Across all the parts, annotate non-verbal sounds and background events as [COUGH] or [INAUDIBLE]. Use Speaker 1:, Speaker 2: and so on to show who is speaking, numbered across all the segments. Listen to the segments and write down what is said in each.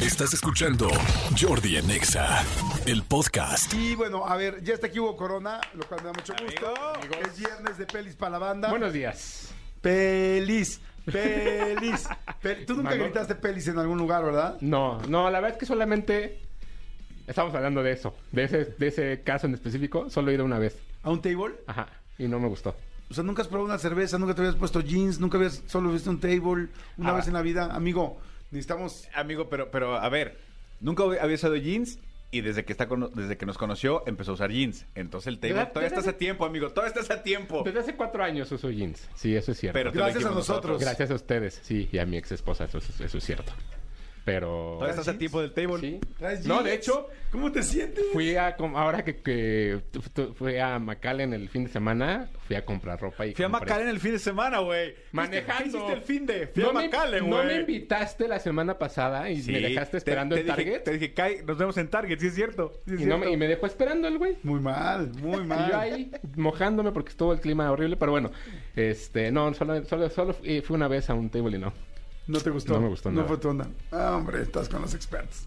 Speaker 1: Estás escuchando Jordi en Exa, el podcast.
Speaker 2: Y bueno, a ver, ya está aquí Hugo Corona, lo cual me da mucho gusto. Es viernes de pelis para la banda.
Speaker 3: Buenos días. [LAUGHS]
Speaker 2: Pelis, pelis. Pel- Tú nunca
Speaker 3: Manolo.
Speaker 2: gritaste pelis en algún lugar, ¿verdad?
Speaker 3: No, no, la verdad es que solamente estamos hablando de eso, de ese, de ese caso en específico. Solo he ido una vez.
Speaker 2: ¿A un table?
Speaker 3: Ajá. Y no me gustó.
Speaker 2: O sea, nunca has probado una cerveza, nunca te habías puesto jeans, nunca habías solo visto un table una
Speaker 3: Ah.
Speaker 2: vez en la vida. Amigo, necesitamos...
Speaker 4: Amigo, pero, pero a ver, nunca había usado jeans y desde que está con- desde que nos conoció empezó a usar jeans. Entonces el table
Speaker 3: ¿Verdad?
Speaker 4: todavía
Speaker 3: ¿Verdad?
Speaker 4: estás a tiempo, amigo, todavía estás a tiempo.
Speaker 3: Desde hace cuatro años uso jeans. Sí, eso es cierto.
Speaker 4: Pero pues, te lo
Speaker 2: Gracias
Speaker 4: dijimos
Speaker 2: a nosotros.
Speaker 3: Gracias a ustedes, sí, y a mi ex esposa, eso, es- eso es cierto. Pero.
Speaker 4: Todavía estás a tiempo del table.
Speaker 3: Sí.
Speaker 2: ¿Traes
Speaker 3: No,
Speaker 2: jeans?
Speaker 3: de hecho,
Speaker 2: ¿Cómo te sientes?
Speaker 3: fui a. com- Ahora que, que tu- tu- fui a McAllen el fin de semana, fui a comprar ropa y.
Speaker 4: Fui a
Speaker 3: compré-
Speaker 4: Macalen el fin de semana, güey.
Speaker 3: Manejando.
Speaker 4: ¿Qué hiciste el fin de? Fui a
Speaker 3: me-
Speaker 4: Macalen,
Speaker 3: No
Speaker 4: güey.
Speaker 3: me invitaste la semana pasada y
Speaker 4: Sí,
Speaker 3: me dejaste
Speaker 4: te-
Speaker 3: esperando
Speaker 4: te
Speaker 3: en
Speaker 4: dije-
Speaker 3: Target.
Speaker 4: Te dije, "Kai, nos vemos en Target, sí es cierto. sí es
Speaker 3: Y, no me-
Speaker 4: cierto".
Speaker 3: y me dejó esperando el güey.
Speaker 2: Muy mal, muy
Speaker 3: Y [LAUGHS] yo
Speaker 2: mal.
Speaker 3: ahí mojándome porque estuvo el clima horrible, pero bueno, este, no, solo, solo, solo fui fui una vez a un table y no.
Speaker 2: No te gustó.
Speaker 3: No me gustó
Speaker 2: No
Speaker 3: nada.
Speaker 2: fue tu onda. Ah, hombre, estás con los expertos.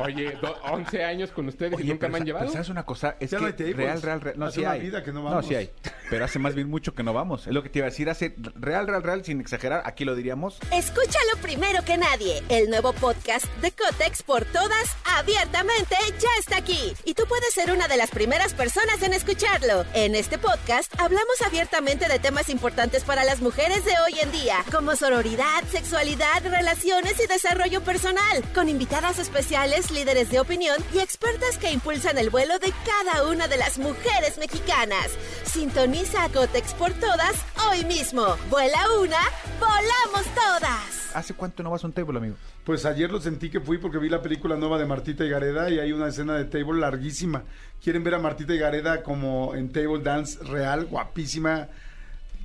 Speaker 3: Oye, do- 11 años con ustedes y
Speaker 4: Oye,
Speaker 3: nunca
Speaker 4: pero
Speaker 3: me han
Speaker 4: sa-
Speaker 3: llevado.
Speaker 4: pero ¿Sabes una cosa? Es
Speaker 2: Ya
Speaker 4: que
Speaker 2: no hay tables.
Speaker 4: real, real, real. No,
Speaker 2: Hace
Speaker 4: sí
Speaker 2: una
Speaker 4: hay.
Speaker 2: vida que no
Speaker 4: No,
Speaker 2: vamos.
Speaker 4: sí hay. Pero hace más bien mucho que no vamos. Es lo que te iba a decir. Hace real, real, real, sin exagerar. Aquí lo diríamos.
Speaker 5: Escúchalo primero que nadie. El nuevo podcast de Cotex por todas, abiertamente, ya está aquí. Y tú puedes ser una de las primeras personas en escucharlo. En este podcast hablamos abiertamente de temas importantes para las mujeres de hoy en día, como sororidad, sexualidad, relaciones y desarrollo personal, con invitadas especiales, líderes de opinión y expertas que impulsan el vuelo de cada una de las mujeres mexicanas. Sintoniza a Cotex por todas hoy mismo. Vuela una, volamos todas.
Speaker 4: ¿Hace cuánto no vas a un table, amigo?
Speaker 2: Pues ayer lo sentí que fui porque vi la película nueva de Martita y Gareda y hay una escena de table larguísima. Quieren ver a Martita y Gareda como en table dance real, guapísima,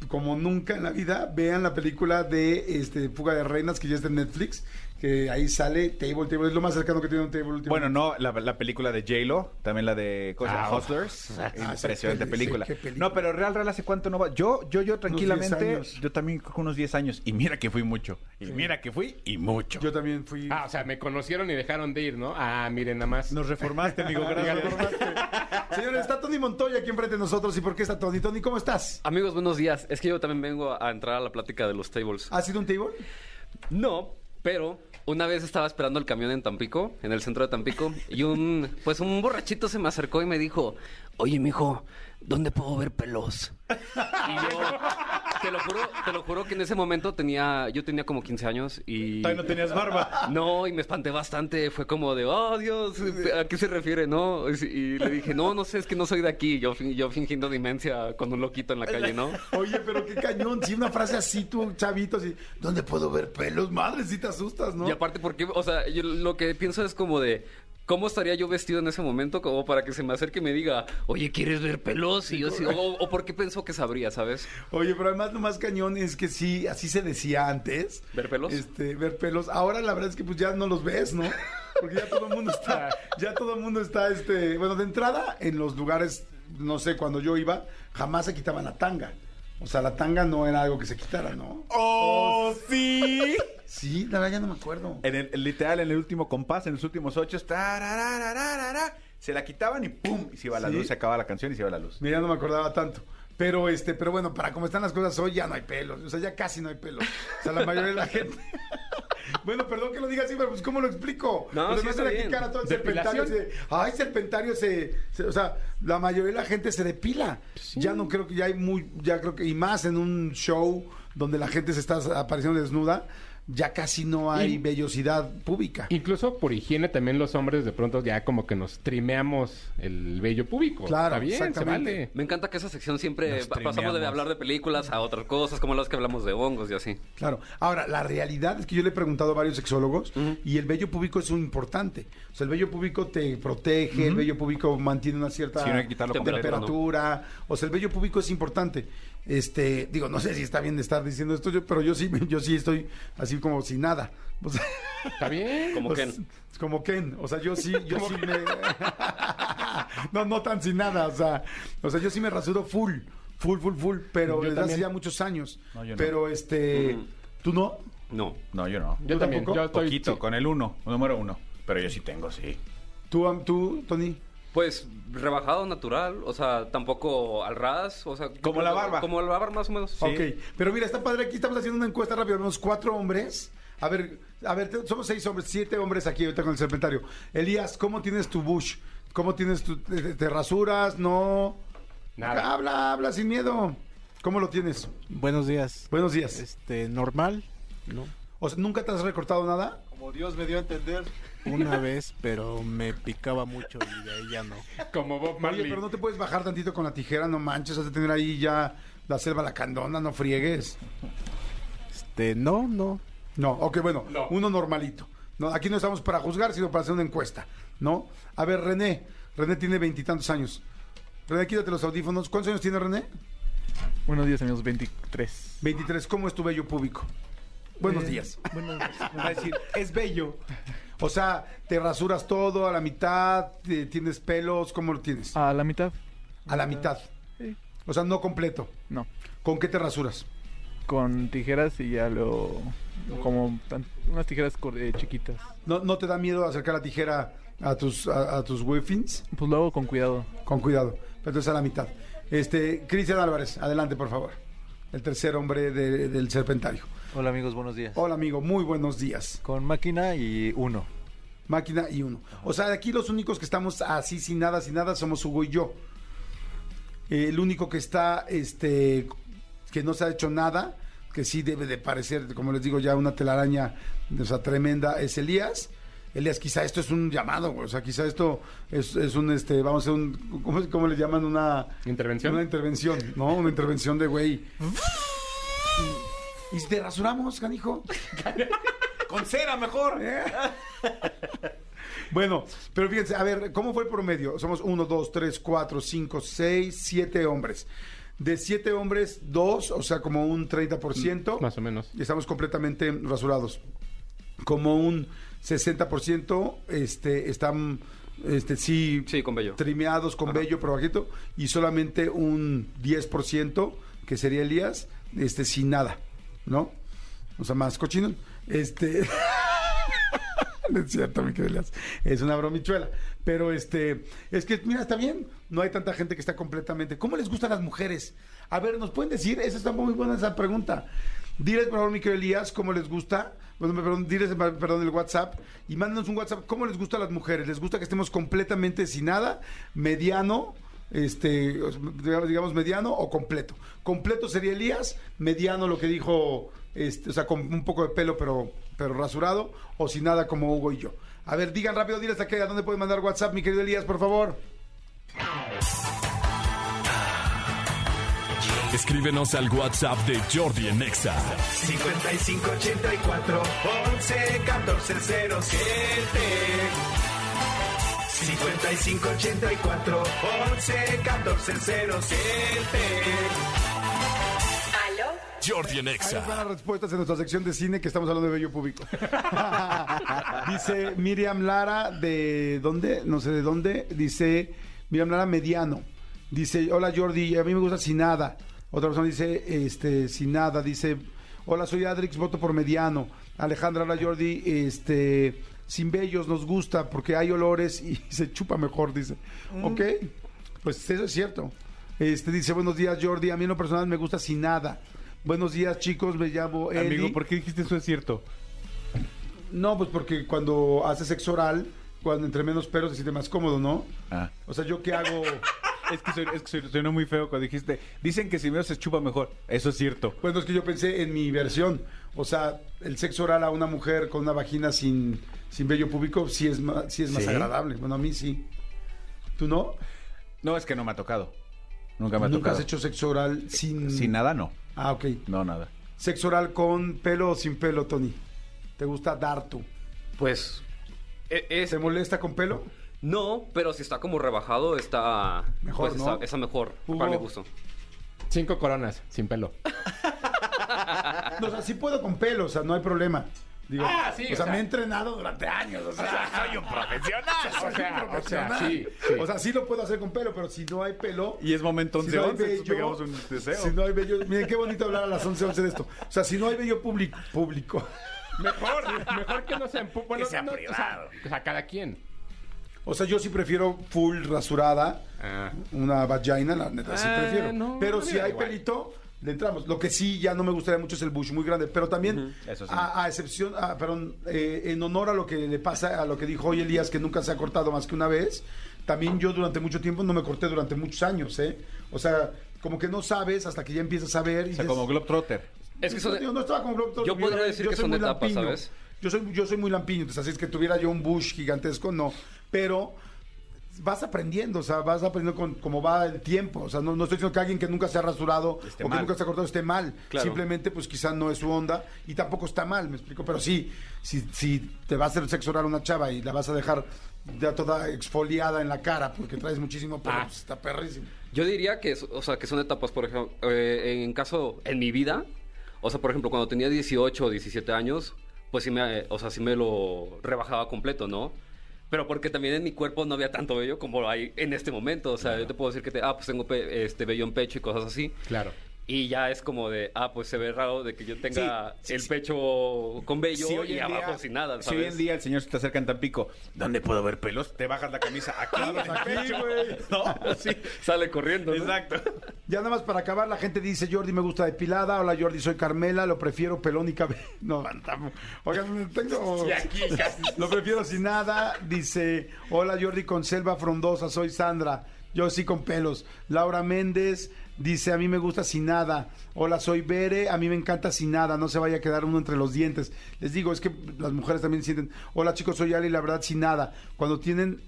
Speaker 2: como nunca en la vida. Vean la película de este, Fuga de Reinas que ya está en Netflix, que ahí sale table, table. Es lo más cercano que tiene un table. últimamente.
Speaker 4: Bueno, no, la, la película de J-Lo, también la de ¿cómo se llama?
Speaker 3: Ah,
Speaker 4: Hustlers. Impresionante
Speaker 2: sí, sí,
Speaker 4: película.
Speaker 2: qué película.
Speaker 4: No, pero real, real, ¿hace cuánto no vas? Yo, yo, yo tranquilamente,
Speaker 2: 10 años.
Speaker 4: yo también con unos 10 años. Y mira que fui mucho. Y mira que fui y mucho.
Speaker 2: Yo también fui...
Speaker 3: Ah, o sea, me conocieron y dejaron de ir, ¿no? Ah, miren, nada más.
Speaker 4: Nos reformaste, [LAUGHS] amigo. gracias. [LAUGHS]
Speaker 2: Señores, está Tony Montoya aquí enfrente de nosotros. ¿Y por qué está Tony? Tony, ¿cómo estás?
Speaker 6: Amigos, buenos días. Es que yo también vengo a entrar a la plática de los tables.
Speaker 4: Ah.
Speaker 2: ¿Has sido un table?
Speaker 6: No, pero una vez estaba esperando el camión en Tampico, en el centro de Tampico, y un pues un borrachito se me acercó y me dijo, "Oye, mijo, ¿dónde puedo ver pelos?" Y yo te lo juro, te lo juro que en ese momento tenía yo tenía como 15 años y
Speaker 4: Todavía no tenías barba.
Speaker 6: no, y me espanté bastante. Fue como de, oh Dios, ¿a qué se refiere? No, y, y le dije, no, no sé, es que no soy de aquí. Yo, fin- yo fingiendo demencia con un loquito en la calle, ¿no?
Speaker 2: Oye, pero qué cañón. Sí, una frase así, tú, chavito, así. ¿Dónde puedo ver pelos? Madre, sí te asustas, ¿no?
Speaker 6: Y aparte, porque, o sea, yo lo que pienso es como de. ¿Cómo estaría yo vestido en ese momento? Como para que se me acerque y me diga, oye, ¿quieres ver pelos? Y yo sí, o, o por qué pensó que sabría, ¿sabes?
Speaker 2: Oye, pero además lo más cañón es que sí, así se decía antes.
Speaker 6: ¿Ver pelos?
Speaker 2: Este, ver pelos. Ahora la verdad es que pues ya no los ves, ¿no? Porque ya todo el mundo
Speaker 6: [LAUGHS]
Speaker 2: está, ya todo el mundo está, este, bueno, de entrada en los lugares, no sé, cuando yo iba, jamás se quitaban la tanga. O sea, la tanga no era algo que se quitara, ¿no?
Speaker 4: ¡Oh, sí!
Speaker 2: [LAUGHS] Sí, la verdad ya no me acuerdo.
Speaker 4: En el, literal, en el último compás, en los últimos ocho, tarararararara, se la quitaban y ¡pum! Y se iba la
Speaker 2: Sí.
Speaker 4: luz, se acababa la canción y se iba la luz.
Speaker 2: Mira, no me acordaba tanto. Pero este, pero bueno, para como están las cosas hoy ya no hay pelos, o sea, ya casi no hay pelos. O sea, la mayoría de la
Speaker 6: [LAUGHS]
Speaker 2: gente. bueno, perdón que lo diga así, pero pues ¿cómo lo explico?
Speaker 6: No,
Speaker 2: O sea,
Speaker 6: sí
Speaker 2: me
Speaker 6: está
Speaker 2: hacen aquí
Speaker 6: bien.
Speaker 2: cara todo el serpentario.
Speaker 3: ¿Depilación?
Speaker 2: se- ay, serpentario se, se- o sea, la mayoría de la gente se depila.
Speaker 6: Pues
Speaker 2: Ya no creo que ya hay muy ya creo que y más en un show donde la gente se está apareciendo desnuda. ya casi no hay
Speaker 3: Y-
Speaker 2: vellosidad pública.
Speaker 3: Incluso por higiene también los hombres de pronto ya como que nos trimeamos el vello público.
Speaker 2: Claro,
Speaker 3: Está bien, se
Speaker 2: exactamente.
Speaker 3: vale.
Speaker 6: Me encanta que esa sección siempre
Speaker 4: Nos
Speaker 6: pa- pasamos de
Speaker 4: trimeamos.
Speaker 6: hablar de películas a otras cosas, como las que hablamos de hongos y así.
Speaker 2: Claro. Ahora, la realidad es que yo le he preguntado a varios sexólogos y el vello público es un importante. O sea, el vello público te protege, el vello público mantiene una cierta
Speaker 4: Sí, no hay que quitarlo
Speaker 6: completo,
Speaker 2: temperatura. O sea, el vello público es importante. Este, digo, no sé si está bien de estar diciendo esto, yo- pero yo sí, [LAUGHS] yo sí estoy así como sin nada. O sea,
Speaker 3: Está bien.
Speaker 6: Como
Speaker 2: o
Speaker 6: que
Speaker 2: sea, [LAUGHS] Como Ken. O sea, yo sí,
Speaker 4: [LAUGHS]
Speaker 2: yo sí me. [LAUGHS] no, no tan sin nada. O sea, o sea, yo sí me rasuro full. Full, full, full. Pero
Speaker 3: Yo
Speaker 2: desde
Speaker 3: también.
Speaker 2: hace ya muchos años.
Speaker 4: No, yo no.
Speaker 2: Pero este. ¿Tú no?
Speaker 6: no.
Speaker 4: No, yo no.
Speaker 3: Yo también,
Speaker 2: tampoco?
Speaker 3: yo estoy...
Speaker 4: Poquito,
Speaker 3: sí.
Speaker 4: con el uno, número uno. Pero yo sí tengo, sí.
Speaker 2: ¿Tú, am- tú Tony?
Speaker 6: Pues rebajado natural, o sea, tampoco al ras, o sea, yo
Speaker 4: Como
Speaker 6: creo
Speaker 4: la
Speaker 6: que-
Speaker 4: barba.
Speaker 6: Como la barba más o menos.
Speaker 2: Ok. Pero mira, está padre. Aquí estamos haciendo una encuesta rápido. Unos cuatro hombres. A ver, a ver, te- somos seis hombres, siete hombres aquí ahorita con el serpentario. Elías, ¿cómo tienes tu bush? ¿Cómo tienes tu. ¿Te, te rasuras? No.
Speaker 3: Nada.
Speaker 2: Habla, habla sin miedo. ¿Cómo lo tienes?
Speaker 7: Buenos días.
Speaker 2: Buenos días.
Speaker 7: Este, normal, ¿no?
Speaker 2: O sea, ¿nunca te has recortado nada?
Speaker 7: Como Dios me dio a entender. Una vez, pero me picaba mucho y de ahí ya no.
Speaker 3: Como Bob
Speaker 2: Oye,
Speaker 3: Marley.
Speaker 2: pero no te puedes bajar tantito con la tijera, no manches, has de tener ahí ya la selva la candona, no friegues.
Speaker 7: Este, no, no.
Speaker 2: No, ok, bueno,
Speaker 3: No.
Speaker 2: uno normalito. No, aquí no estamos para juzgar, sino para hacer una encuesta, ¿no? A ver, René, René tiene veintitantos años. René, quítate los audífonos. ¿Cuántos años tiene René?
Speaker 8: Buenos días, amigos. 23.
Speaker 2: Veintitrés. ¿Cómo es tu bello público? Buenos
Speaker 8: Eh,
Speaker 2: días.
Speaker 8: Buenos
Speaker 4: Va a decir, es bello.
Speaker 2: O sea, te rasuras todo a la mitad, te- tienes pelos, ¿cómo lo tienes?
Speaker 4: Ah,
Speaker 8: A la mitad.
Speaker 2: A la mitad.
Speaker 8: Sí.
Speaker 2: O sea, no completo.
Speaker 8: No.
Speaker 2: ¿Con qué te rasuras?
Speaker 8: Con tijeras y ya lo. Como tan- unas tijeras cor- eh, chiquitas.
Speaker 2: ¿No, no te da miedo acercar la tijera a tus, a, a tus wefins?
Speaker 8: Pues lo hago con cuidado.
Speaker 2: Con cuidado. Pero entonces a la mitad. Este, Cristian Álvarez, adelante, por favor. El tercer hombre de- del serpentario.
Speaker 9: Hola amigos, buenos días.
Speaker 2: Hola, amigo. Muy buenos días.
Speaker 9: Con máquina y uno.
Speaker 2: Máquina y uno. O sea, de aquí los únicos que estamos así, sin nada, sin nada, somos Hugo y yo. Eh, el único que está, este, que no se ha hecho nada, que sí debe de parecer, como les digo, ya una telaraña, o sea, tremenda, es Elías. Elías, quizá esto es un llamado, güey, o sea, quizá esto es, es un, este, vamos a hacer un, ¿cómo, cómo le llaman? Una...
Speaker 3: ¿Intervención?
Speaker 2: Una intervención, ¿no? Una intervención de güey. ¿Y si te rasuramos, canijo?
Speaker 4: Con cera mejor. ¿eh?
Speaker 2: [LAUGHS] Bueno, pero fíjense, a ver, ¿cómo fue el promedio? Somos 1, 2, 3, 4, 5, 6, 7 hombres. De 7 hombres, 2, o sea, como un 30%.
Speaker 3: Más o menos.
Speaker 2: Y estamos completamente rasurados. Como un 60% este, están, este, sí,
Speaker 6: Sí, con vello.
Speaker 2: trimeados con vello, pero bajito. Y solamente un 10%, que sería Elías, este, sin nada, ¿no? O sea, más cochino. Este... No [LAUGHS] es cierto, mi querido Elias. Es una bromichuela. Pero este, es que, mira, está bien. No hay tanta gente que está completamente. ¿Cómo les gustan las mujeres? A ver, ¿nos pueden decir? Esa está muy buena esa pregunta. Diles, por favor, mi querido Elías, cómo les gusta. Bueno, me- perdón, diles, ma- perdón, el WhatsApp. Y mándanos un WhatsApp. ¿Cómo les gusta a las mujeres? ¿Les gusta que estemos completamente sin nada? ¿Mediano? Este, digamos- digamos mediano o completo. Completo sería Elías, mediano lo que dijo este, o sea, con un poco de pelo, pero, pero rasurado, o sin nada como Hugo y yo. A ver, digan rápido, diles a qué, a dónde pueden mandar WhatsApp, mi querido Elías, por favor.
Speaker 1: Escríbenos al WhatsApp de Jordi en Exa.
Speaker 10: 5584 11 14 07 5584 11 14 07
Speaker 1: Jordi en
Speaker 2: Ahí van
Speaker 1: Exa.
Speaker 2: las respuestas en nuestra sección de cine que estamos hablando de bello público. [LAUGHS] Dice Miriam Lara, ¿de dónde? No sé de dónde. Dice Miriam Lara Mediano. Dice, hola Jordi, a mí me gusta sin nada. Otra persona dice, este, sin nada. Dice, hola, soy Adrix, voto por Mediano. Alejandra, hola Jordi, este, sin bellos nos gusta porque hay olores y [LAUGHS] se chupa mejor, dice. Ok, pues eso es cierto. Este dice, buenos días Jordi, a mí en lo personal me gusta sin nada. Buenos días chicos, me llamo Eli.
Speaker 8: Amigo, ¿por qué dijiste eso es cierto?
Speaker 2: No, pues porque cuando haces sexo oral, cuando entre menos peros se siente más cómodo, ¿no?
Speaker 4: Ah. [LAUGHS]
Speaker 2: O sea, yo qué hago.
Speaker 4: Es que, suena, es que suena- suena muy feo cuando dijiste, dicen que si veo se chupa mejor. Eso es cierto.
Speaker 2: Bueno, pues, es que yo pensé en mi versión. O sea, el sexo oral a una mujer con una vagina sin, sin vello público sí es, más, sí es más
Speaker 4: ¿Sí?
Speaker 2: agradable. Bueno, a mí sí. ¿Tú no?
Speaker 4: No, es que no me ha tocado. Nunca me ha
Speaker 2: ¿Nunca
Speaker 4: tocado.
Speaker 2: has hecho sexo oral sin...
Speaker 4: Sin nada, no.
Speaker 2: Ah, ok.
Speaker 4: No, nada.
Speaker 2: ¿Sexo oral con pelo o sin pelo, Tony? ¿Te gusta dar tú?
Speaker 6: Pues. e- es-
Speaker 2: ¿Se molesta con pelo?
Speaker 6: no, pero si está como rebajado, está.
Speaker 2: Mejor,
Speaker 6: pues,
Speaker 2: ¿no?
Speaker 6: está, está mejor.
Speaker 2: Hugo.
Speaker 6: Para mi gusto.
Speaker 3: Cinco coronas, sin pelo.
Speaker 2: No, o sea, sí puedo con pelo, o sea, no hay problema. Digo,
Speaker 3: Ah, sí,
Speaker 2: o,
Speaker 3: o
Speaker 2: sea,
Speaker 3: sea.
Speaker 2: me he entrenado durante años, o sea, soy un profesional, soy
Speaker 3: o sea,
Speaker 2: un
Speaker 3: o sea,
Speaker 2: profesional.
Speaker 3: sí, sí.
Speaker 2: O sea, sí lo puedo hacer con pelo, pero si no hay pelo,
Speaker 4: Y es momento
Speaker 2: si no hay
Speaker 4: 11-11,
Speaker 2: vello,
Speaker 4: pegamos un deseo.
Speaker 2: si no hay vello, miren qué bonito hablar a las 11, 11 de esto. O sea, si no hay vello público, público.
Speaker 3: Mejor, mejor que no sea en pu- bueno,
Speaker 10: sea
Speaker 3: no, o sea,
Speaker 10: privado.
Speaker 3: O sea, cada quien.
Speaker 2: O sea, yo sí prefiero full rasurada,
Speaker 4: Ah.
Speaker 2: una vagina, la neta sí
Speaker 3: Ah,
Speaker 2: prefiero.
Speaker 3: no,
Speaker 2: pero
Speaker 3: no
Speaker 2: si
Speaker 3: me da
Speaker 2: hay
Speaker 3: igual.
Speaker 2: pelito, le entramos. Lo que sí ya no me gustaría mucho es el bush muy grande, pero también
Speaker 4: eso sí.
Speaker 2: a, a excepción, a- perdón, eh, en honor a lo que le pasa a lo que dijo hoy Elías que nunca se ha cortado más que una vez. También yo durante mucho tiempo no me corté durante muchos años, ¿eh? O sea, como que no sabes hasta que ya empiezas a ver. Y
Speaker 4: O sea,
Speaker 2: dices,
Speaker 4: como Globetrotter.
Speaker 6: Es que son-
Speaker 2: yo no estaba con Globetrotter,
Speaker 6: Yo podría
Speaker 2: era-
Speaker 6: decir que
Speaker 2: soy
Speaker 6: son
Speaker 2: muy
Speaker 6: etapas, ¿sabes?
Speaker 2: Yo soy, yo soy muy lampiño, entonces así es que tuviera yo un bush gigantesco, no. Pero vas aprendiendo, o sea, vas aprendiendo con, como va el tiempo. O sea, no, no estoy diciendo que alguien que nunca se ha rasurado
Speaker 4: Esté
Speaker 2: o que
Speaker 4: mal.
Speaker 2: nunca se ha cortado esté mal.
Speaker 6: Claro.
Speaker 2: Simplemente, pues quizás no es su onda y tampoco está mal, me explico. Pero sí, si, si te va a hacer sexo oral una chava y la vas a dejar ya toda exfoliada en la cara porque traes muchísimo pelo,
Speaker 6: Ah.
Speaker 2: pues, está perrísimo.
Speaker 6: Yo diría que, es- o sea, que son etapas, por ejemplo, eh, en caso, en mi vida, o sea, por ejemplo, cuando tenía 18 o 17 años, pues sí me, eh, o sea, sí me lo rebajaba completo, ¿no? Pero porque también en mi cuerpo no había tanto vello como hay en este momento, o sea, yo te puedo decir que, te, ah, pues tengo pe- este vello en pecho y cosas así.
Speaker 3: Claro.
Speaker 6: Y ya es como de, ah, pues se ve raro de que yo tenga
Speaker 4: Sí, sí,
Speaker 6: el
Speaker 4: sí.
Speaker 6: pecho con vello
Speaker 4: Si hoy
Speaker 6: y
Speaker 4: en día-
Speaker 6: abajo sin nada, ¿sabes?
Speaker 4: Si hoy
Speaker 6: [LAUGHS]
Speaker 4: en día el señor se te acerca en Tampico, ¿dónde puedo ver pelos? Te bajas la camisa [LAUGHS] aquí, en el pecho. ¿No? [LAUGHS] Sí.
Speaker 6: Sale corriendo, ¿no?
Speaker 4: Exacto. [LAUGHS]
Speaker 2: Ya nada más para acabar, la gente dice, Jordi me gusta depilada, hola Jordi, soy Carmela, lo prefiero pelón y cabello. [LAUGHS] No, tampoco. Oigan, tengo... Lo prefiero sin nada, dice, hola Jordi con selva frondosa, soy Sandra, yo sí con pelos. Laura Méndez dice, a mí me gusta sin nada. Hola, soy Bere, a mí me encanta sin nada, no se vaya a quedar uno entre los dientes. Les digo, es que las mujeres también sienten, hola chicos, soy Ali, la verdad sin nada. Cuando tienen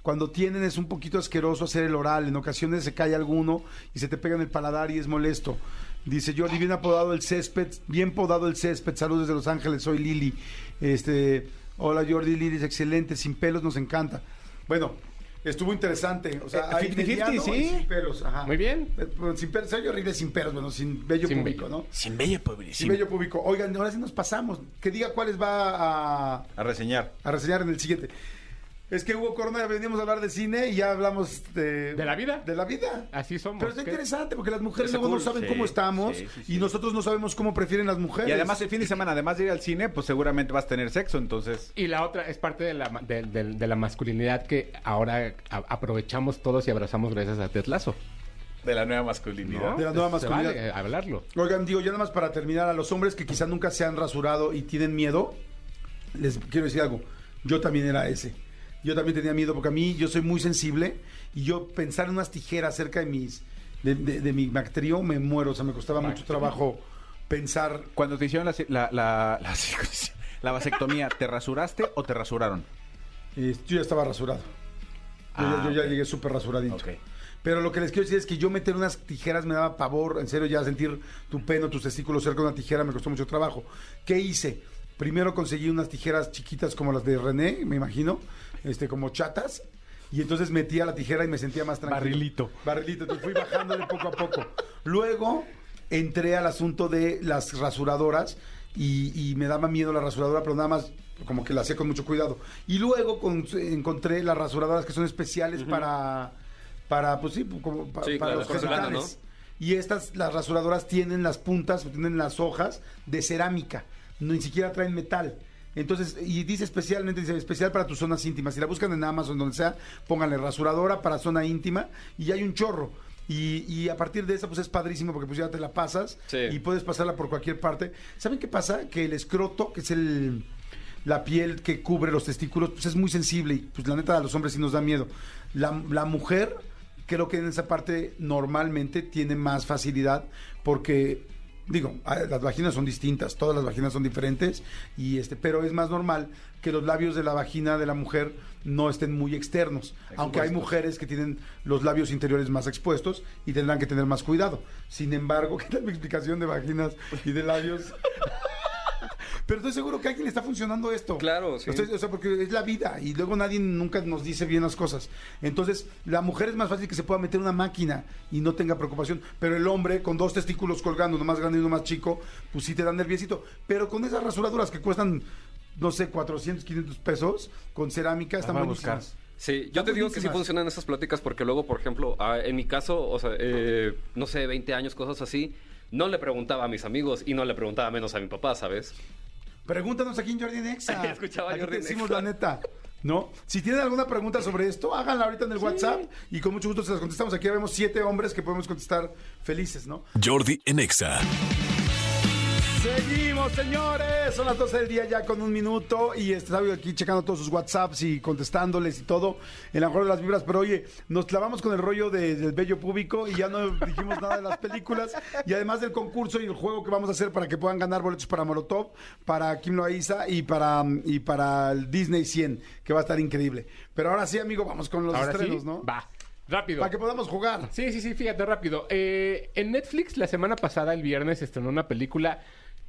Speaker 2: cuando tienen es un poquito asqueroso hacer el oral. En ocasiones se cae alguno y se te pega en el paladar y es molesto. Dice Jordi, bien apodado el césped, bien podado el césped. Saludos desde Los Ángeles, soy Lili. Este, hola Jordi, Lili es excelente, sin pelos nos encanta. Bueno, estuvo interesante. O sea,
Speaker 4: Eh,
Speaker 2: hay
Speaker 4: 50-50,
Speaker 2: mediano y
Speaker 4: ¿sí?
Speaker 2: sin pelos, ajá.
Speaker 3: Muy bien.
Speaker 2: Eh, bueno, Sin pelos, soy horrible sin pelos, bueno, sin bello
Speaker 3: Sin
Speaker 2: público,
Speaker 3: vello.
Speaker 2: ¿no?
Speaker 7: Sin bello
Speaker 2: Sin
Speaker 7: pobrecito.
Speaker 2: bello público. Oigan, ahora sí nos pasamos. Que diga cuáles va a
Speaker 4: A reseñar.
Speaker 2: a reseñar en el siguiente. Es que Hugo Corona venimos a hablar de cine y ya hablamos de...
Speaker 3: ¿De la vida?
Speaker 2: De la vida.
Speaker 3: Así somos.
Speaker 2: Pero está
Speaker 3: ¿Qué?
Speaker 2: interesante porque las mujeres
Speaker 4: Está
Speaker 2: luego no
Speaker 4: cool.
Speaker 2: saben
Speaker 4: Sí,
Speaker 2: cómo estamos
Speaker 4: sí, sí,
Speaker 2: y
Speaker 4: sí.
Speaker 2: nosotros no sabemos cómo prefieren las mujeres.
Speaker 4: Y además el fin de semana, además de ir al cine, pues seguramente vas a tener sexo, entonces...
Speaker 3: Y la otra es parte de la, ma- de, de- de la masculinidad que ahora a- aprovechamos todos y abrazamos gracias a Tetlazo.
Speaker 4: De la nueva masculinidad.
Speaker 2: De la nueva masculinidad.
Speaker 3: hablarlo.
Speaker 2: Oigan, digo, ya nada más para terminar, a los hombres que quizá nunca se han rasurado y tienen miedo, les quiero decir algo. Yo también era ese. Yo también tenía miedo porque a mí yo soy muy sensible y yo pensar en unas tijeras cerca de mis de, de- de mi bacterio me muero. O sea, me costaba mucho trabajo pensar
Speaker 4: Cuando te hicieron la, la, la, [LAUGHS] la, la vasectomía, ¿te rasuraste o te rasuraron?
Speaker 2: Eh, yo ya estaba rasurado. Yo, ya-
Speaker 4: Ah,
Speaker 2: yo ya
Speaker 4: ok.
Speaker 2: llegué súper rasuradito.
Speaker 4: Ok.
Speaker 2: Pero lo que les quiero decir es que yo meter unas tijeras me daba pavor. En serio, ya sentir tu pelo, tus testículos cerca de una tijera me costó mucho trabajo. ¿Qué hice? Primero conseguí unas tijeras chiquitas como las de René, me imagino, este, como chatas. Y entonces metía la tijera y me sentía más tranquilo.
Speaker 4: Barrilito.
Speaker 2: Barrilito, entonces fui bajándole poco a poco. Luego entré al asunto de las rasuradoras y, y me daba miedo la rasuradora, pero nada más como que la hacía con mucho cuidado. Y luego con- encontré las rasuradoras que son especiales para, para, pues sí, como pa-
Speaker 6: Sí,
Speaker 2: para
Speaker 6: claro,
Speaker 2: los
Speaker 6: porcelana,
Speaker 2: genitales. Y estas, las rasuradoras tienen las puntas, o tienen las hojas de cerámica, no, ni siquiera traen metal. Entonces, y dice especialmente, dice especial para tus zonas íntimas. Si la buscan en Amazon, donde sea, pónganle rasuradora para zona íntima y hay un chorro. Y, y a partir de esa, pues es padrísimo porque pues ya te la pasas
Speaker 6: Sí.
Speaker 2: y puedes pasarla por cualquier parte. ¿Saben qué pasa? Que el escroto, que es el la piel que cubre los testículos, pues es muy sensible y pues la neta a los hombres sí nos da miedo. La, la mujer creo que en esa parte normalmente tiene más facilidad porque digo, a- las vaginas son distintas, todas las vaginas son diferentes y este, pero es más normal que los labios de la vagina de la mujer no estén muy externos, aunque hay mujeres que tienen los labios interiores más expuestos y tendrán que tener más cuidado. Sin embargo, [LAUGHS] ¿qué tal mi explicación de vaginas y de labios? Pero estoy seguro que a alguien le está funcionando esto.
Speaker 6: Claro, sí.
Speaker 2: Estoy- o sea, porque es la vida y luego nadie nunca nos dice bien las cosas. Entonces, la mujer es más fácil que se pueda meter una máquina y no tenga preocupación. Pero el hombre, con dos testículos colgando, uno más grande y uno más chico, pues sí te da nerviosito. Pero con esas rasuraduras que cuestan, no sé, 400, 500 pesos, con cerámica, están
Speaker 9: voy a
Speaker 2: buenísimas.
Speaker 9: buscar.
Speaker 6: Sí, yo
Speaker 2: Están
Speaker 6: te digo que sí
Speaker 2: buenísimas.
Speaker 6: funcionan esas pláticas porque luego, por ejemplo, ah, en mi caso, o sea, eh, no sé, 20 años, cosas así, no le preguntaba a mis amigos y no le preguntaba menos a mi papá, ¿sabes?
Speaker 2: Pregúntanos aquí en Jordi
Speaker 6: [LAUGHS]
Speaker 2: Nexa.
Speaker 6: Escuchaba
Speaker 2: aquí
Speaker 6: Jordi
Speaker 2: te decimos
Speaker 6: Nexa.
Speaker 2: la neta. ¿No? Si tienen alguna pregunta sobre esto, háganla ahorita en el WhatsApp y con mucho gusto se las contestamos. Aquí vemos siete hombres que podemos contestar felices, ¿no?
Speaker 1: Jordi en Exa.
Speaker 2: Seguimos, señores. Son las 12 del día ya con un minuto y este sabio aquí checando todos sus WhatsApps y contestándoles y todo en la mejor de las vibras. Pero oye, nos clavamos con el rollo de- del bello público y ya no dijimos nada de las películas y además del concurso y el juego que vamos a hacer para que puedan ganar boletos para Molotov, para Kim Loaiza y para, y para el Disney 100, que va a estar increíble. Pero ahora sí, amigo, vamos con los
Speaker 3: Ahora
Speaker 2: estrenos,
Speaker 3: sí,
Speaker 2: ¿no?
Speaker 3: va. Rápido.
Speaker 2: Para que podamos jugar.
Speaker 3: Sí, sí, sí, fíjate rápido. Eh, en Netflix la semana pasada, el viernes, estrenó una película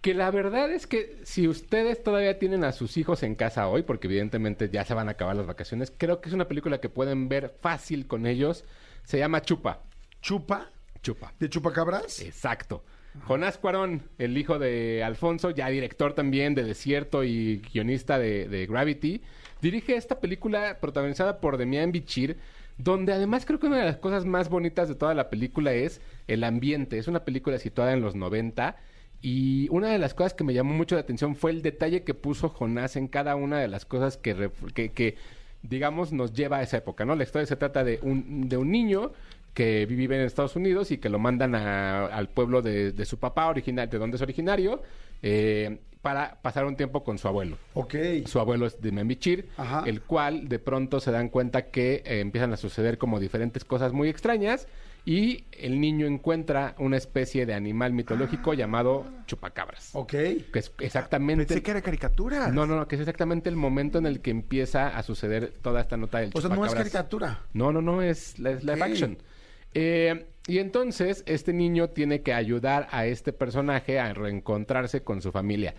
Speaker 3: que la verdad es que si ustedes todavía tienen a sus hijos en casa hoy, porque evidentemente ya se van a acabar las vacaciones, creo que es una película que pueden ver fácil con ellos. Se llama Chupa.
Speaker 2: Chupa,
Speaker 3: Chupa.
Speaker 2: de Chupacabras.
Speaker 3: Exacto. Jonás Cuarón, el hijo de Alfonso, ya director también de Desierto y guionista de, de Gravity, dirige esta película protagonizada por Demian Bichir, donde además creo que una de las cosas más bonitas de toda la película es el ambiente. Es una película situada en los 90 y una de las cosas que me llamó mucho la atención fue el detalle que puso Jonás en cada una de las cosas que, ref- que- que, digamos, nos lleva a esa época, ¿no? La historia se trata de un, de un niño que vive en Estados Unidos y que lo mandan a- al pueblo de, de su papá, original, de donde es originario, eh, para pasar un tiempo con su abuelo.
Speaker 2: Ok.
Speaker 3: Su abuelo es de Membichir,
Speaker 2: Ajá.
Speaker 3: el cual de pronto se dan cuenta que eh, empiezan a suceder como diferentes cosas muy extrañas y el niño encuentra una especie de animal mitológico llamado chupacabras.
Speaker 2: Ah. Ok.
Speaker 3: Que es exactamente...
Speaker 9: Pensé que era caricatura.
Speaker 3: No, no, no, que es exactamente el momento en el que empieza a suceder toda esta nota del
Speaker 2: O sea, no es
Speaker 3: chupacabras.
Speaker 2: caricatura.
Speaker 3: No, no, no, es, la- es live
Speaker 2: Ok.
Speaker 3: action. Eh, y entonces este niño tiene que ayudar a este personaje a reencontrarse con su familia.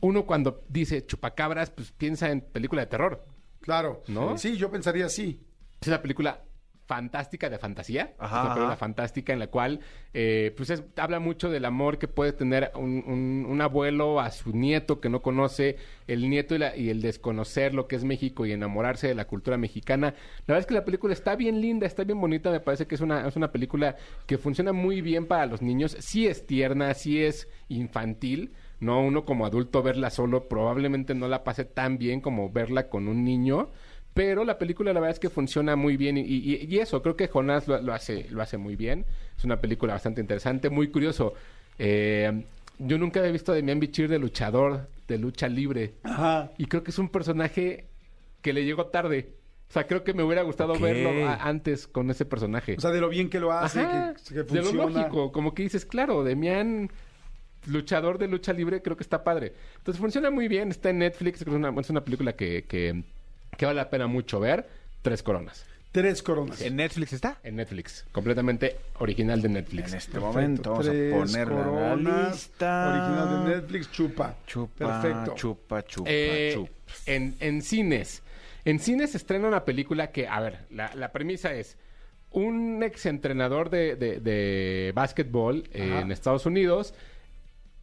Speaker 3: Uno cuando dice chupacabras, pues piensa en película de terror.
Speaker 2: Claro.
Speaker 3: ¿No?
Speaker 2: Sí, yo pensaría así.
Speaker 3: Es una película fantástica de fantasía.
Speaker 4: Ajá,
Speaker 3: es una
Speaker 4: ajá.
Speaker 3: película fantástica en la cual eh, pues es- habla mucho del amor que puede tener un, un- un abuelo a su nieto que no conoce, el nieto y, la- y el desconocer lo que es México y enamorarse de la cultura mexicana. La verdad es que la película está bien linda, está bien bonita, me parece que es una, es una película que funciona muy bien para los niños, sí es tierna, sí es infantil. No, uno como adulto verla solo probablemente no la pase tan bien como verla con un niño, pero la película la verdad es que funciona muy bien y, y- y eso, creo que Jonás lo, lo hace, lo hace muy bien. Es una película bastante interesante, muy curioso. Eh, yo nunca había visto a Demian Bichir de luchador, de lucha libre.
Speaker 2: Ajá.
Speaker 3: Y creo que es un personaje que le llegó tarde. O sea, creo que me hubiera gustado
Speaker 9: Ok.
Speaker 3: verlo a- antes con ese personaje.
Speaker 2: O sea, de lo bien que lo hace,
Speaker 3: Ajá,
Speaker 2: Ah, que, que
Speaker 3: de lo
Speaker 2: funciona.
Speaker 3: lógico, como que dices, claro, Demian, luchador de lucha libre, creo que está padre. Entonces funciona muy bien, está en Netflix, creo que es una, es una película que, que- que vale la pena mucho ver. Tres coronas
Speaker 2: Tres coronas.
Speaker 4: ¿En Netflix está?
Speaker 3: en Netflix, completamente original de Netflix.
Speaker 4: este
Speaker 2: Tres coronas, Original de Netflix, chupa.
Speaker 4: Chupa,
Speaker 2: Perfecto.
Speaker 4: chupa, chupa,
Speaker 3: Eh,
Speaker 4: chupa.
Speaker 3: en, en cines. En cines se estrena una película que, a ver, la, la premisa es un exentrenador de, de, de básquetbol eh, en Estados Unidos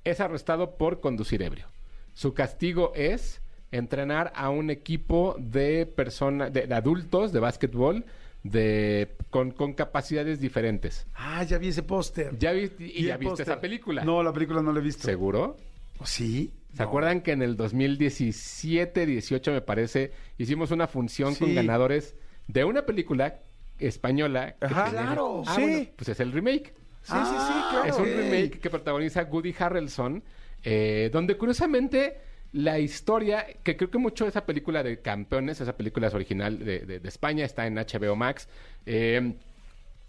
Speaker 3: es arrestado por conducir ebrio. Su castigo es entrenar a un equipo de personas, de, de adultos de básquetbol de, con, con capacidades diferentes.
Speaker 2: Ah, ya vi ese póster.
Speaker 3: ¿Ya viste, y,
Speaker 2: Vi
Speaker 3: ya
Speaker 2: el
Speaker 3: viste
Speaker 2: póster.
Speaker 3: esa película?
Speaker 2: No, la película no la he visto.
Speaker 3: ¿Seguro?
Speaker 2: ¿Oh, ¿Sí?
Speaker 3: ¿Se acuerdan que en el 2017, 18 me parece, hicimos una función
Speaker 2: Sí.
Speaker 3: con ganadores de una película española? que
Speaker 4: Ajá.
Speaker 3: tenía-
Speaker 2: Claro,
Speaker 3: Ah,
Speaker 2: sí. Ah.
Speaker 3: bueno, pues es el remake. Ah,
Speaker 2: Sí, sí, sí, claro.
Speaker 3: Es un
Speaker 2: Ok.
Speaker 3: remake que protagoniza Woody Harrelson, eh, donde curiosamente la historia, que creo que mucho de esa película de campeones, esa película es original de, de- de España, está en HBO Max. eh,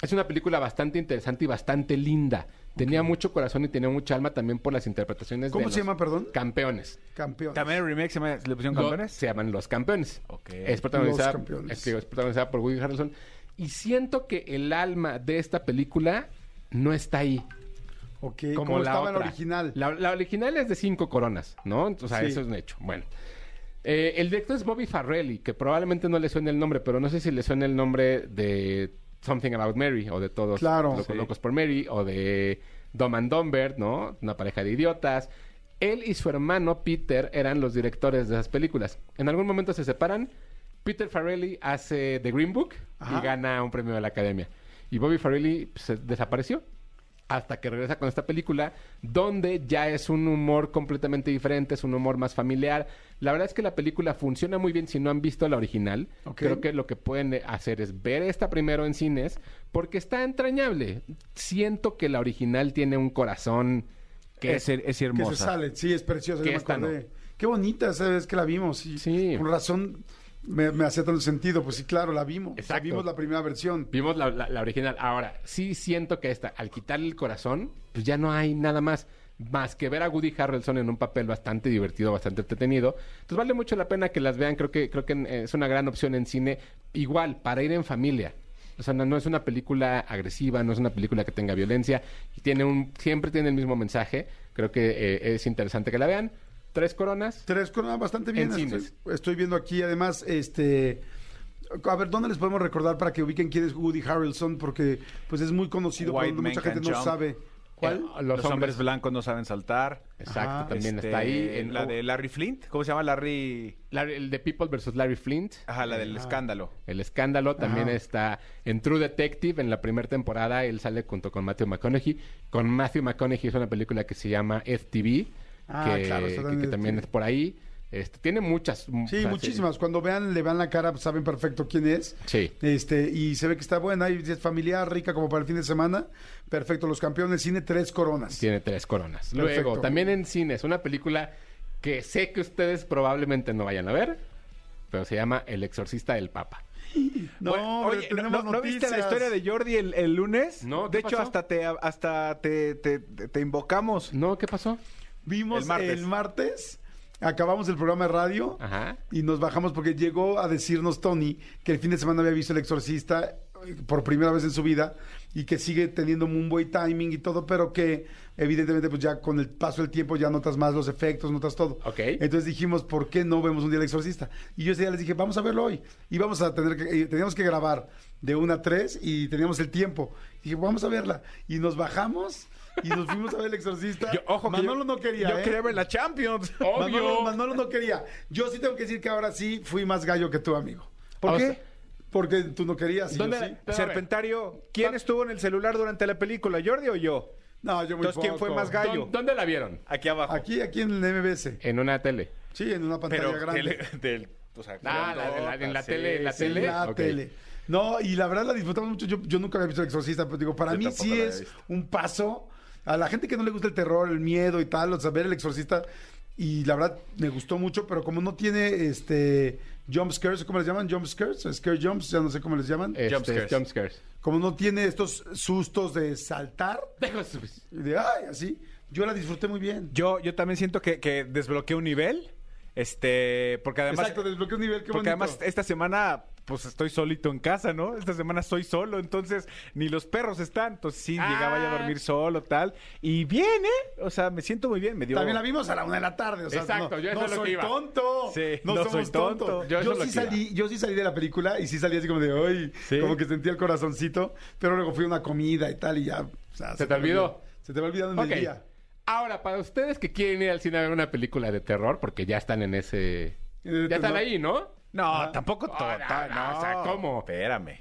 Speaker 3: Es una película bastante interesante y bastante linda. Tenía mucho corazón y tenía mucha alma también por las interpretaciones de
Speaker 2: ¿Cómo se
Speaker 3: los
Speaker 2: llama, perdón?
Speaker 3: Campeones.
Speaker 2: Campeón.
Speaker 4: También el remake se llama, ¿le pusieron
Speaker 3: Lo-
Speaker 4: campeones?
Speaker 3: se llaman Los Campeones.
Speaker 4: Ok.
Speaker 3: Es protagonizada,
Speaker 2: Los Campeones.
Speaker 3: es que es protagonizada por Woody Harrelson. Y siento que el alma de esta película no está ahí.
Speaker 2: Ok,
Speaker 3: Como
Speaker 2: ¿cómo
Speaker 3: la
Speaker 2: estaba la
Speaker 3: otra.
Speaker 2: original?
Speaker 3: La, la original es de cinco coronas, ¿no? O sea,
Speaker 2: Sí.
Speaker 3: eso es un hecho. Bueno. Eh, el director es Bobby Farrelly, que probablemente no le suene el nombre, pero no sé si le suena el nombre de Something About Mary o de todos
Speaker 2: Claro.
Speaker 3: Locos,
Speaker 2: Sí.
Speaker 3: Locos por Mary o de Dom and Dumber, ¿no? Una pareja de idiotas. Él y su hermano Peter eran los directores de esas películas. En algún momento se separan. Peter Farrelly hace The Green Book
Speaker 2: Ajá.
Speaker 3: y gana un premio de la Academia. Y Bobby Farrelly pues, se desapareció hasta que regresa con esta película, donde ya es un humor completamente diferente, es un humor más familiar. La verdad es que la película funciona muy bien si no han visto la original.
Speaker 2: Ok.
Speaker 3: Creo que lo que pueden eh, hacer es ver esta primero en cines, porque está entrañable. Siento que la original tiene un corazón que
Speaker 4: es, es
Speaker 2: que
Speaker 4: hermosa.
Speaker 2: se sale, sí, es preciosa,
Speaker 3: Que
Speaker 2: yo me
Speaker 3: esta no.
Speaker 2: acordé. Qué bonita esa vez que la vimos, sí.
Speaker 3: Sí.
Speaker 2: Con razón me, me hacía tanto sentido, pues sí, claro, la vimos. O sea,
Speaker 3: Exacto.
Speaker 2: vimos la primera versión.
Speaker 3: Vimos la, la- la original. Ahora, sí siento que esta, al quitarle el corazón, pues ya no hay nada más. Más que ver a Woody Harrelson en un papel bastante divertido, bastante entretenido. Entonces vale mucho la pena que las vean. Creo que, creo que eh, es una gran opción en cine. Igual, para ir en familia. O sea, no, no es una película agresiva, no es una película que tenga violencia. Y tiene un, siempre tiene el mismo mensaje. Creo que eh, es interesante que la vean. Tres coronas.
Speaker 2: Tres coronas bastante bien.
Speaker 3: En
Speaker 2: Estoy,
Speaker 3: cines.
Speaker 2: estoy viendo aquí, además, este. A ver, ¿dónde les podemos recordar para que ubiquen quién es Woody Harrelson? Porque pues es muy conocido,
Speaker 4: White
Speaker 2: pero
Speaker 4: Man
Speaker 2: mucha gente
Speaker 4: Can
Speaker 2: no
Speaker 4: Jump.
Speaker 2: sabe.
Speaker 3: Eh,
Speaker 2: ¿Cuál?
Speaker 3: los,
Speaker 4: Los, hombres,
Speaker 3: hombres.
Speaker 4: blancos no saben saltar.
Speaker 3: Exacto,
Speaker 2: Ajá.
Speaker 3: también
Speaker 4: Este,
Speaker 3: está ahí. En,
Speaker 4: la de Larry Flint. ¿Cómo se llama Larry?
Speaker 3: Larry- el de People versus Larry Flint.
Speaker 4: Ajá,
Speaker 2: Eh,
Speaker 4: la del
Speaker 2: ah.
Speaker 4: escándalo.
Speaker 3: El escándalo también
Speaker 2: Ajá.
Speaker 3: está en True Detective, en la primera temporada, él sale junto con Matthew McConaughey. Con Matthew McConaughey es una película que se llama FTV,
Speaker 2: Ah,
Speaker 3: que,
Speaker 2: claro, está
Speaker 3: que- que
Speaker 2: también
Speaker 3: también,
Speaker 2: FTV.
Speaker 3: es por ahí. Este, tiene muchas. Sí,
Speaker 2: Sí, muchísimas. Cuando vean, le vean la cara, pues, saben perfecto quién es.
Speaker 3: Sí.
Speaker 2: Este, y se ve que está buena y es familiar, rica como para el fin de semana. Perfecto, los campeones cine, tres coronas.
Speaker 3: Tiene tres coronas. Luego,
Speaker 2: Perfecto.
Speaker 3: también en cines, una película que sé que ustedes probablemente no vayan a ver, pero se llama El Exorcista del Papa.
Speaker 2: No,
Speaker 4: Bueno,
Speaker 2: pero
Speaker 4: oye,
Speaker 2: tenemos
Speaker 4: ¿no, no- no viste la
Speaker 2: noticias.
Speaker 4: historia de Jordi el, el lunes?
Speaker 3: No,
Speaker 4: de
Speaker 3: ¿qué
Speaker 4: hecho
Speaker 3: pasó?
Speaker 4: hasta te hasta te, te- te- te invocamos.
Speaker 3: ¿No? ¿Qué pasó?
Speaker 2: Vimos el martes.
Speaker 4: El martes.
Speaker 2: acabamos el programa de radio
Speaker 3: Ajá.
Speaker 2: y nos bajamos porque llegó a decirnos Tony que el fin de semana había visto El Exorcista eh, por primera vez en su vida y que sigue teniendo un buen timing y todo, pero que evidentemente pues ya con el paso del tiempo ya notas más los efectos, notas todo.
Speaker 3: Ok.
Speaker 2: Entonces dijimos, ¿por qué no vemos un día El Exorcista? Y yo ese día les dije, vamos a verlo hoy y vamos a tener que, eh, teníamos que grabar de una a tres y teníamos el tiempo. Dije, vamos a verla. Y nos bajamos y nos fuimos a ver El Exorcista.
Speaker 4: [LAUGHS] Yo- ojo que
Speaker 2: Manolo
Speaker 4: yo-
Speaker 2: no quería,
Speaker 4: Yo
Speaker 2: ¿eh?
Speaker 4: quería ver la Champions.
Speaker 2: Manolo, Manolo no quería. Yo sí tengo que decir que ahora sí fui más gallo que tú, amigo.
Speaker 4: ¿Por
Speaker 3: O
Speaker 4: qué?
Speaker 3: sea,
Speaker 2: Porque tú no querías. y yo
Speaker 3: ¿Dónde-
Speaker 2: sí.
Speaker 3: Pero a ver.
Speaker 4: Serpentario, ¿quién estuvo en el celular durante la película, Jordi o yo?
Speaker 2: No, yo muy
Speaker 4: Entonces, ¿quién fue
Speaker 2: poco.
Speaker 4: más gallo?
Speaker 3: ¿dó- ¿Dónde la vieron?
Speaker 4: Aquí abajo.
Speaker 2: Aquí, aquí en el MBS.
Speaker 3: En una tele.
Speaker 2: Sí, en una pantalla
Speaker 4: Pero
Speaker 2: grande.
Speaker 4: del, del- o sea,
Speaker 3: Ah, la- la- en la tele, en la
Speaker 4: sí,
Speaker 2: En
Speaker 3: tele.
Speaker 2: la
Speaker 3: Ok.
Speaker 2: tele. No, y la verdad la disfrutamos mucho. Yo, yo nunca había visto El Exorcista, pero digo, para
Speaker 4: Yo
Speaker 2: mí
Speaker 4: tampoco
Speaker 2: sí
Speaker 4: la había
Speaker 2: es
Speaker 4: visto.
Speaker 2: un paso. A la gente que no le gusta el terror, el miedo y tal, o sea, ver El Exorcista. Y la verdad me gustó mucho, pero como no tiene este jump scares, ¿cómo les llaman? Jump scares, scare jumps, ya no sé cómo les llaman.
Speaker 3: Este,
Speaker 4: Jumpscares.
Speaker 3: Jumpscares.
Speaker 2: Como no tiene estos sustos de saltar, y de ay, así, yo la disfruté muy bien.
Speaker 4: Yo, yo también siento que, que desbloqueé un nivel. Este, porque además.
Speaker 2: Exacto, desbloqueé un nivel, qué
Speaker 4: porque
Speaker 2: bonito.
Speaker 4: además esta semana, pues estoy solito en casa, ¿no? Esta semana soy solo, entonces ni los perros están. Entonces sí,
Speaker 3: Ah.
Speaker 4: llegaba ya a dormir solo, tal. Y bien, ¿eh? O sea, me siento muy bien. Me dio.
Speaker 2: También la vimos a la una de la tarde, o sea,
Speaker 3: Exacto,
Speaker 2: no,
Speaker 3: yo eso
Speaker 2: no
Speaker 3: es lo
Speaker 2: soy
Speaker 3: que iba.
Speaker 2: tonto,
Speaker 4: Sí,
Speaker 2: no,
Speaker 4: no
Speaker 2: somos
Speaker 4: soy tonto.
Speaker 2: tontos. Yo,
Speaker 3: Yo eso es lo
Speaker 2: sí
Speaker 3: que iba.
Speaker 2: salí, yo sí salí de la película y sí salí así como de, ay,
Speaker 4: Sí.
Speaker 2: como que sentía el corazoncito, pero luego fui a una comida y tal y ya. o sea,
Speaker 3: ¿Se te
Speaker 2: me
Speaker 3: olvidó?
Speaker 2: Se te va olvidando en
Speaker 3: Ok.
Speaker 2: el día.
Speaker 3: Ahora, para ustedes que quieren ir al cine a ver una película de terror, porque ya están en ese.
Speaker 2: Eh,
Speaker 3: Ya están
Speaker 2: no.
Speaker 3: ahí, ¿no?
Speaker 4: No, tampoco todo.
Speaker 3: Ah,
Speaker 4: ta-
Speaker 3: no, no, o sea, ¿cómo?
Speaker 4: Espérame.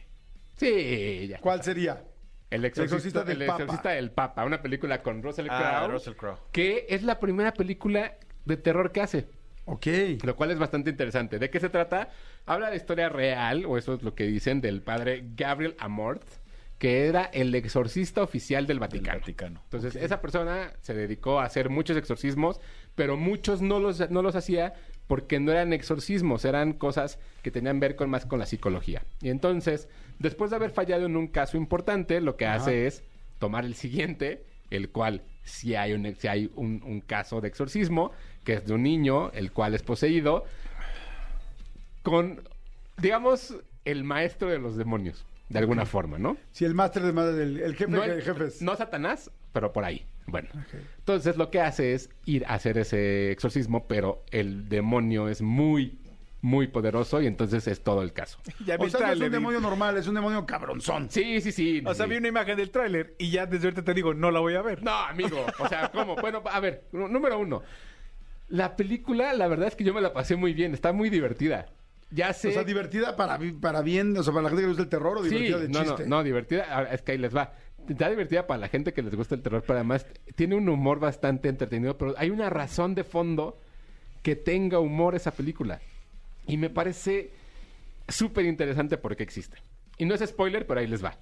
Speaker 3: Sí, ya.
Speaker 2: ¿Cuál sería?
Speaker 3: El exorcista,
Speaker 2: Exorcista del
Speaker 3: el
Speaker 2: Papa.
Speaker 3: exorcista del Papa, una película con Russell
Speaker 4: Ah,
Speaker 3: Crowe,
Speaker 4: Russell Crowe.
Speaker 3: que es la primera película de terror que hace.
Speaker 2: Ok.
Speaker 3: Lo cual es bastante interesante. ¿De qué se trata? Habla de historia real, o eso es lo que dicen, del padre Gabriel Amort, que era el exorcista oficial del Vaticano.
Speaker 4: Vaticano.
Speaker 3: Entonces, esa persona se dedicó a hacer muchos exorcismos, pero muchos no los, no los hacía porque no eran exorcismos, eran cosas que tenían ver con más con la psicología. Y entonces, después de haber fallado en un caso importante, lo que hace es tomar el siguiente, el cual si hay un si hay un, un caso de exorcismo, que es de un niño, el cual es poseído, con, digamos, el maestro de los demonios, de alguna forma, ¿no?
Speaker 2: Si el máster de madre del el jefe
Speaker 3: No,
Speaker 2: de
Speaker 3: el-
Speaker 2: jefes.
Speaker 3: no Satanás, pero por ahí. Bueno, entonces lo que hace es ir a hacer ese exorcismo, pero el demonio es muy, muy poderoso y entonces es todo el caso.
Speaker 2: o sea, no es un demonio normal, es un demonio cabronzón.
Speaker 3: Sí, sí, sí.
Speaker 11: O sea,
Speaker 3: sí.
Speaker 11: vi una imagen del tráiler y ya desde ahorita te digo, no la voy a ver.
Speaker 3: No, amigo. O sea, ¿cómo? Bueno, a ver, nú- número uno. La película, la verdad es que yo me la pasé muy bien, está muy divertida. Ya sé.
Speaker 2: O sea, divertida para, vi- para bien, o sea, para la gente que le gusta el terror o divertida de
Speaker 3: no, no,
Speaker 2: chiste.
Speaker 3: No, divertida. Ahora, es que ahí les va. Está divertida para la gente que les gusta el terror, pero además tiene un humor bastante entretenido, pero hay una razón de fondo que tenga humor esa película. Y me parece súper interesante porque existe. Y no es spoiler, pero ahí les va.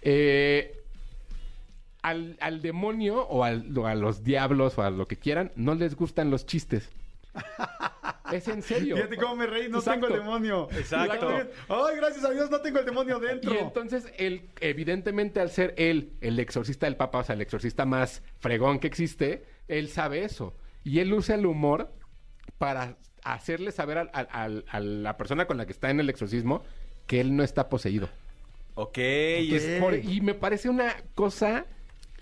Speaker 3: Eh, al, al demonio o, al- o a los diablos o a lo que quieran, no les gustan los chistes. Es en serio.
Speaker 2: [LAUGHS] Fíjate cómo me reí, no
Speaker 3: Exacto.
Speaker 2: tengo el demonio.
Speaker 3: Exacto.
Speaker 2: Ay, gracias a Dios, no tengo el demonio dentro.
Speaker 3: Y entonces, él, evidentemente, al ser él, el exorcista del Papa, o sea, el exorcista más fregón que existe, él sabe eso. Y él usa el humor para hacerle saber al- al- al- a la persona con la que está en el exorcismo que él no está poseído.
Speaker 4: Ok,
Speaker 3: Y, es por- Este, y me parece una cosa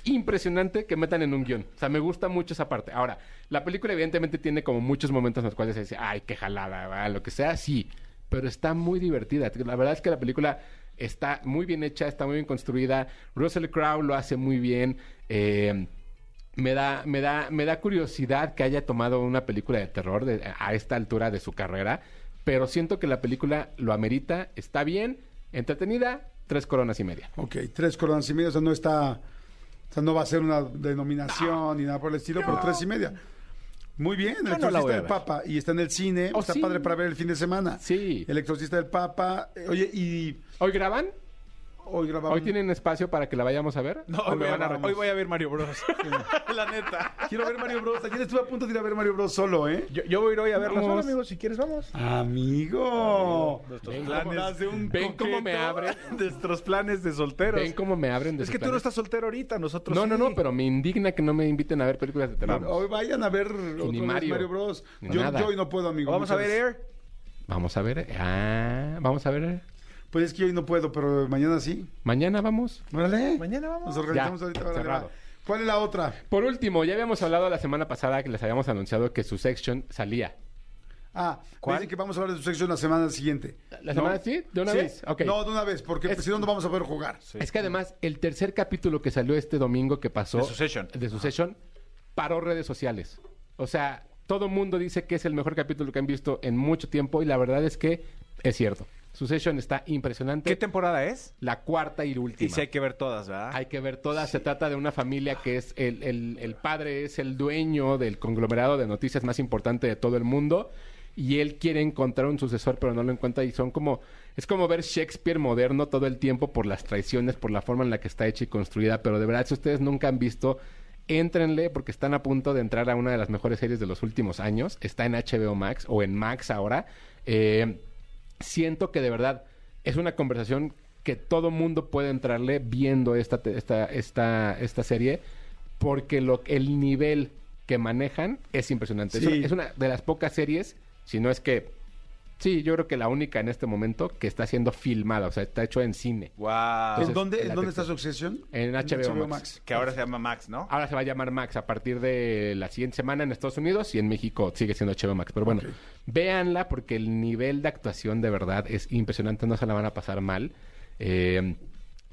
Speaker 3: impresionante que metan en un guión. O sea, me gusta mucho esa parte. Ahora, la película evidentemente tiene como muchos momentos en los cuales se dice, ay, qué jalada, va", lo que sea, sí. Pero está muy divertida. La verdad es que la película está muy bien hecha, está muy bien construida. Russell Crowe lo hace muy bien. Eh, me da, me da, me da curiosidad que haya tomado una película de terror de- a esta altura de su carrera, pero siento que la película lo amerita, está bien, entretenida, tres coronas y media.
Speaker 2: Ok, tres coronas y media, o sea, no está. O sea, no va a ser una denominación ni nada por el estilo, pero tres y media. Muy bien, el
Speaker 4: Yo no la
Speaker 2: exorcista
Speaker 4: voy a
Speaker 2: del
Speaker 4: ver.
Speaker 2: Papa. Y está en el cine,
Speaker 3: Oh,
Speaker 2: está
Speaker 3: sí.
Speaker 2: padre para ver el fin de semana.
Speaker 3: Sí.
Speaker 2: El exorcista del Papa. eh, Oye, y
Speaker 3: ¿Hoy graban?
Speaker 2: hoy grabamos.
Speaker 3: ¿Hoy tienen espacio para que la vayamos a ver?
Speaker 11: No, hoy,
Speaker 2: Hoy
Speaker 11: voy a,
Speaker 2: van a
Speaker 11: ver-
Speaker 2: Ramos.
Speaker 11: hoy voy a ver Mario Bros. [LAUGHS] la neta.
Speaker 2: Quiero ver Mario Bros. Ayer estuve a punto de ir a ver Mario Bros. solo, ¿eh?
Speaker 11: Yo, yo voy a ir hoy a verla sola,
Speaker 3: Vamos.
Speaker 11: amigos. Si quieres, vamos.
Speaker 3: Ah.
Speaker 2: Amigo.
Speaker 11: Nuestros
Speaker 3: planes.
Speaker 11: de un
Speaker 3: Ven cómo me
Speaker 11: coqueto,
Speaker 3: abren.
Speaker 11: [LAUGHS] Nuestros planes de solteros.
Speaker 3: ¿Ven cómo me abren de
Speaker 11: es
Speaker 3: sus
Speaker 11: que tú no
Speaker 3: planes?
Speaker 11: estás soltero ahorita, nosotros
Speaker 3: No, no,
Speaker 11: sí.
Speaker 3: no, pero me indigna que no me inviten a ver películas de terror.
Speaker 2: Hoy vayan a ver otra vez
Speaker 3: Mario.
Speaker 2: Mario. Bros.
Speaker 3: Ni
Speaker 2: Yo,
Speaker 3: nada.
Speaker 2: yo hoy no puedo, amigo.
Speaker 11: Vamos a
Speaker 2: muchas
Speaker 11: ver
Speaker 2: gracias.
Speaker 11: Air.
Speaker 3: Vamos a ver. Ah, vamos a ver.
Speaker 2: Pues es que hoy no puedo, pero mañana sí.
Speaker 3: Mañana vamos.
Speaker 2: Órale.
Speaker 11: Mañana
Speaker 2: Nos
Speaker 11: vamos.
Speaker 2: organizamos
Speaker 3: Ya,
Speaker 2: ahorita. órale,
Speaker 3: cerrado.
Speaker 2: va. ¿Cuál es la otra?
Speaker 3: Por último, ya habíamos hablado la semana pasada que les habíamos anunciado que su section salía.
Speaker 2: Ah,
Speaker 3: ¿Cuál?
Speaker 2: dice que vamos a hablar de su sección la semana siguiente.
Speaker 3: ¿La semana sí? ¿De una
Speaker 2: Sí.
Speaker 3: vez? Ok.
Speaker 2: No, de una vez, porque
Speaker 3: Es-
Speaker 2: si no, no vamos a poder jugar.
Speaker 3: Es que además, el tercer capítulo que salió este domingo que pasó...
Speaker 4: De Succession.
Speaker 3: De Succession, paró redes sociales. O sea, todo mundo dice que es el mejor capítulo que han visto en mucho tiempo y la verdad es que es cierto. Succession está impresionante.
Speaker 11: ¿Qué temporada es?
Speaker 3: La cuarta y última.
Speaker 4: Y sí hay que ver todas, ¿verdad?
Speaker 3: Hay que ver todas. Se trata de una familia que es el, el- el padre, es el dueño del conglomerado de noticias más importante de todo el mundo. Y él quiere encontrar un sucesor, pero no lo encuentra. Y son como. Es como ver Shakespeare moderno todo el tiempo por las traiciones, por la forma en la que está hecha y construida. Pero de verdad, si ustedes nunca han visto, éntrenle porque están a punto de entrar a una de las mejores series de los últimos años. Está en HBO Max o en Max ahora. Eh, siento que de verdad es una conversación que todo mundo puede entrarle viendo esta, te- esta, esta, esta serie porque lo, el nivel que manejan es impresionante. Es,
Speaker 2: Sí.
Speaker 3: una, es una de las pocas series, si no es que... Sí, yo creo que la única en este momento que está siendo filmada, o sea, está hecho en cine,
Speaker 4: Wow.
Speaker 3: Entonces,
Speaker 2: ¿En dónde,
Speaker 3: Ah, en la
Speaker 2: en dónde
Speaker 3: textura.
Speaker 2: está su sección?
Speaker 3: en HBO, Max.
Speaker 4: Que ahora se llama Max, ¿no?
Speaker 3: Ahora se va a llamar Max a partir de la siguiente semana en Estados Unidos y en México sigue siendo HBO Max. Pero bueno, véanla porque el nivel de actuación de verdad es impresionante, no se la van a pasar mal. Eh,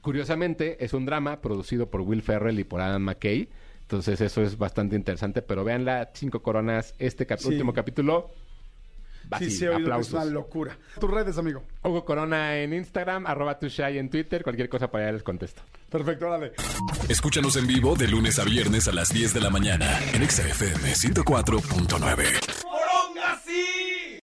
Speaker 3: curiosamente, es un drama producido por Will Ferrell y por Adam McKay. Entonces eso es bastante interesante, pero véanla, cinco coronas, este cap-
Speaker 2: Sí.
Speaker 3: último capítulo. Va
Speaker 2: Sí,
Speaker 3: así,
Speaker 2: sí, he oído que es
Speaker 3: aplausos.
Speaker 2: una locura. Tus redes, amigo.
Speaker 3: Hugo Corona en Instagram, arroba tushai en Twitter, cualquier cosa para allá les contesto.
Speaker 2: Perfecto, órale.
Speaker 1: Escúchanos en vivo de lunes a viernes a las 10 de la mañana en Exa FM 104.9.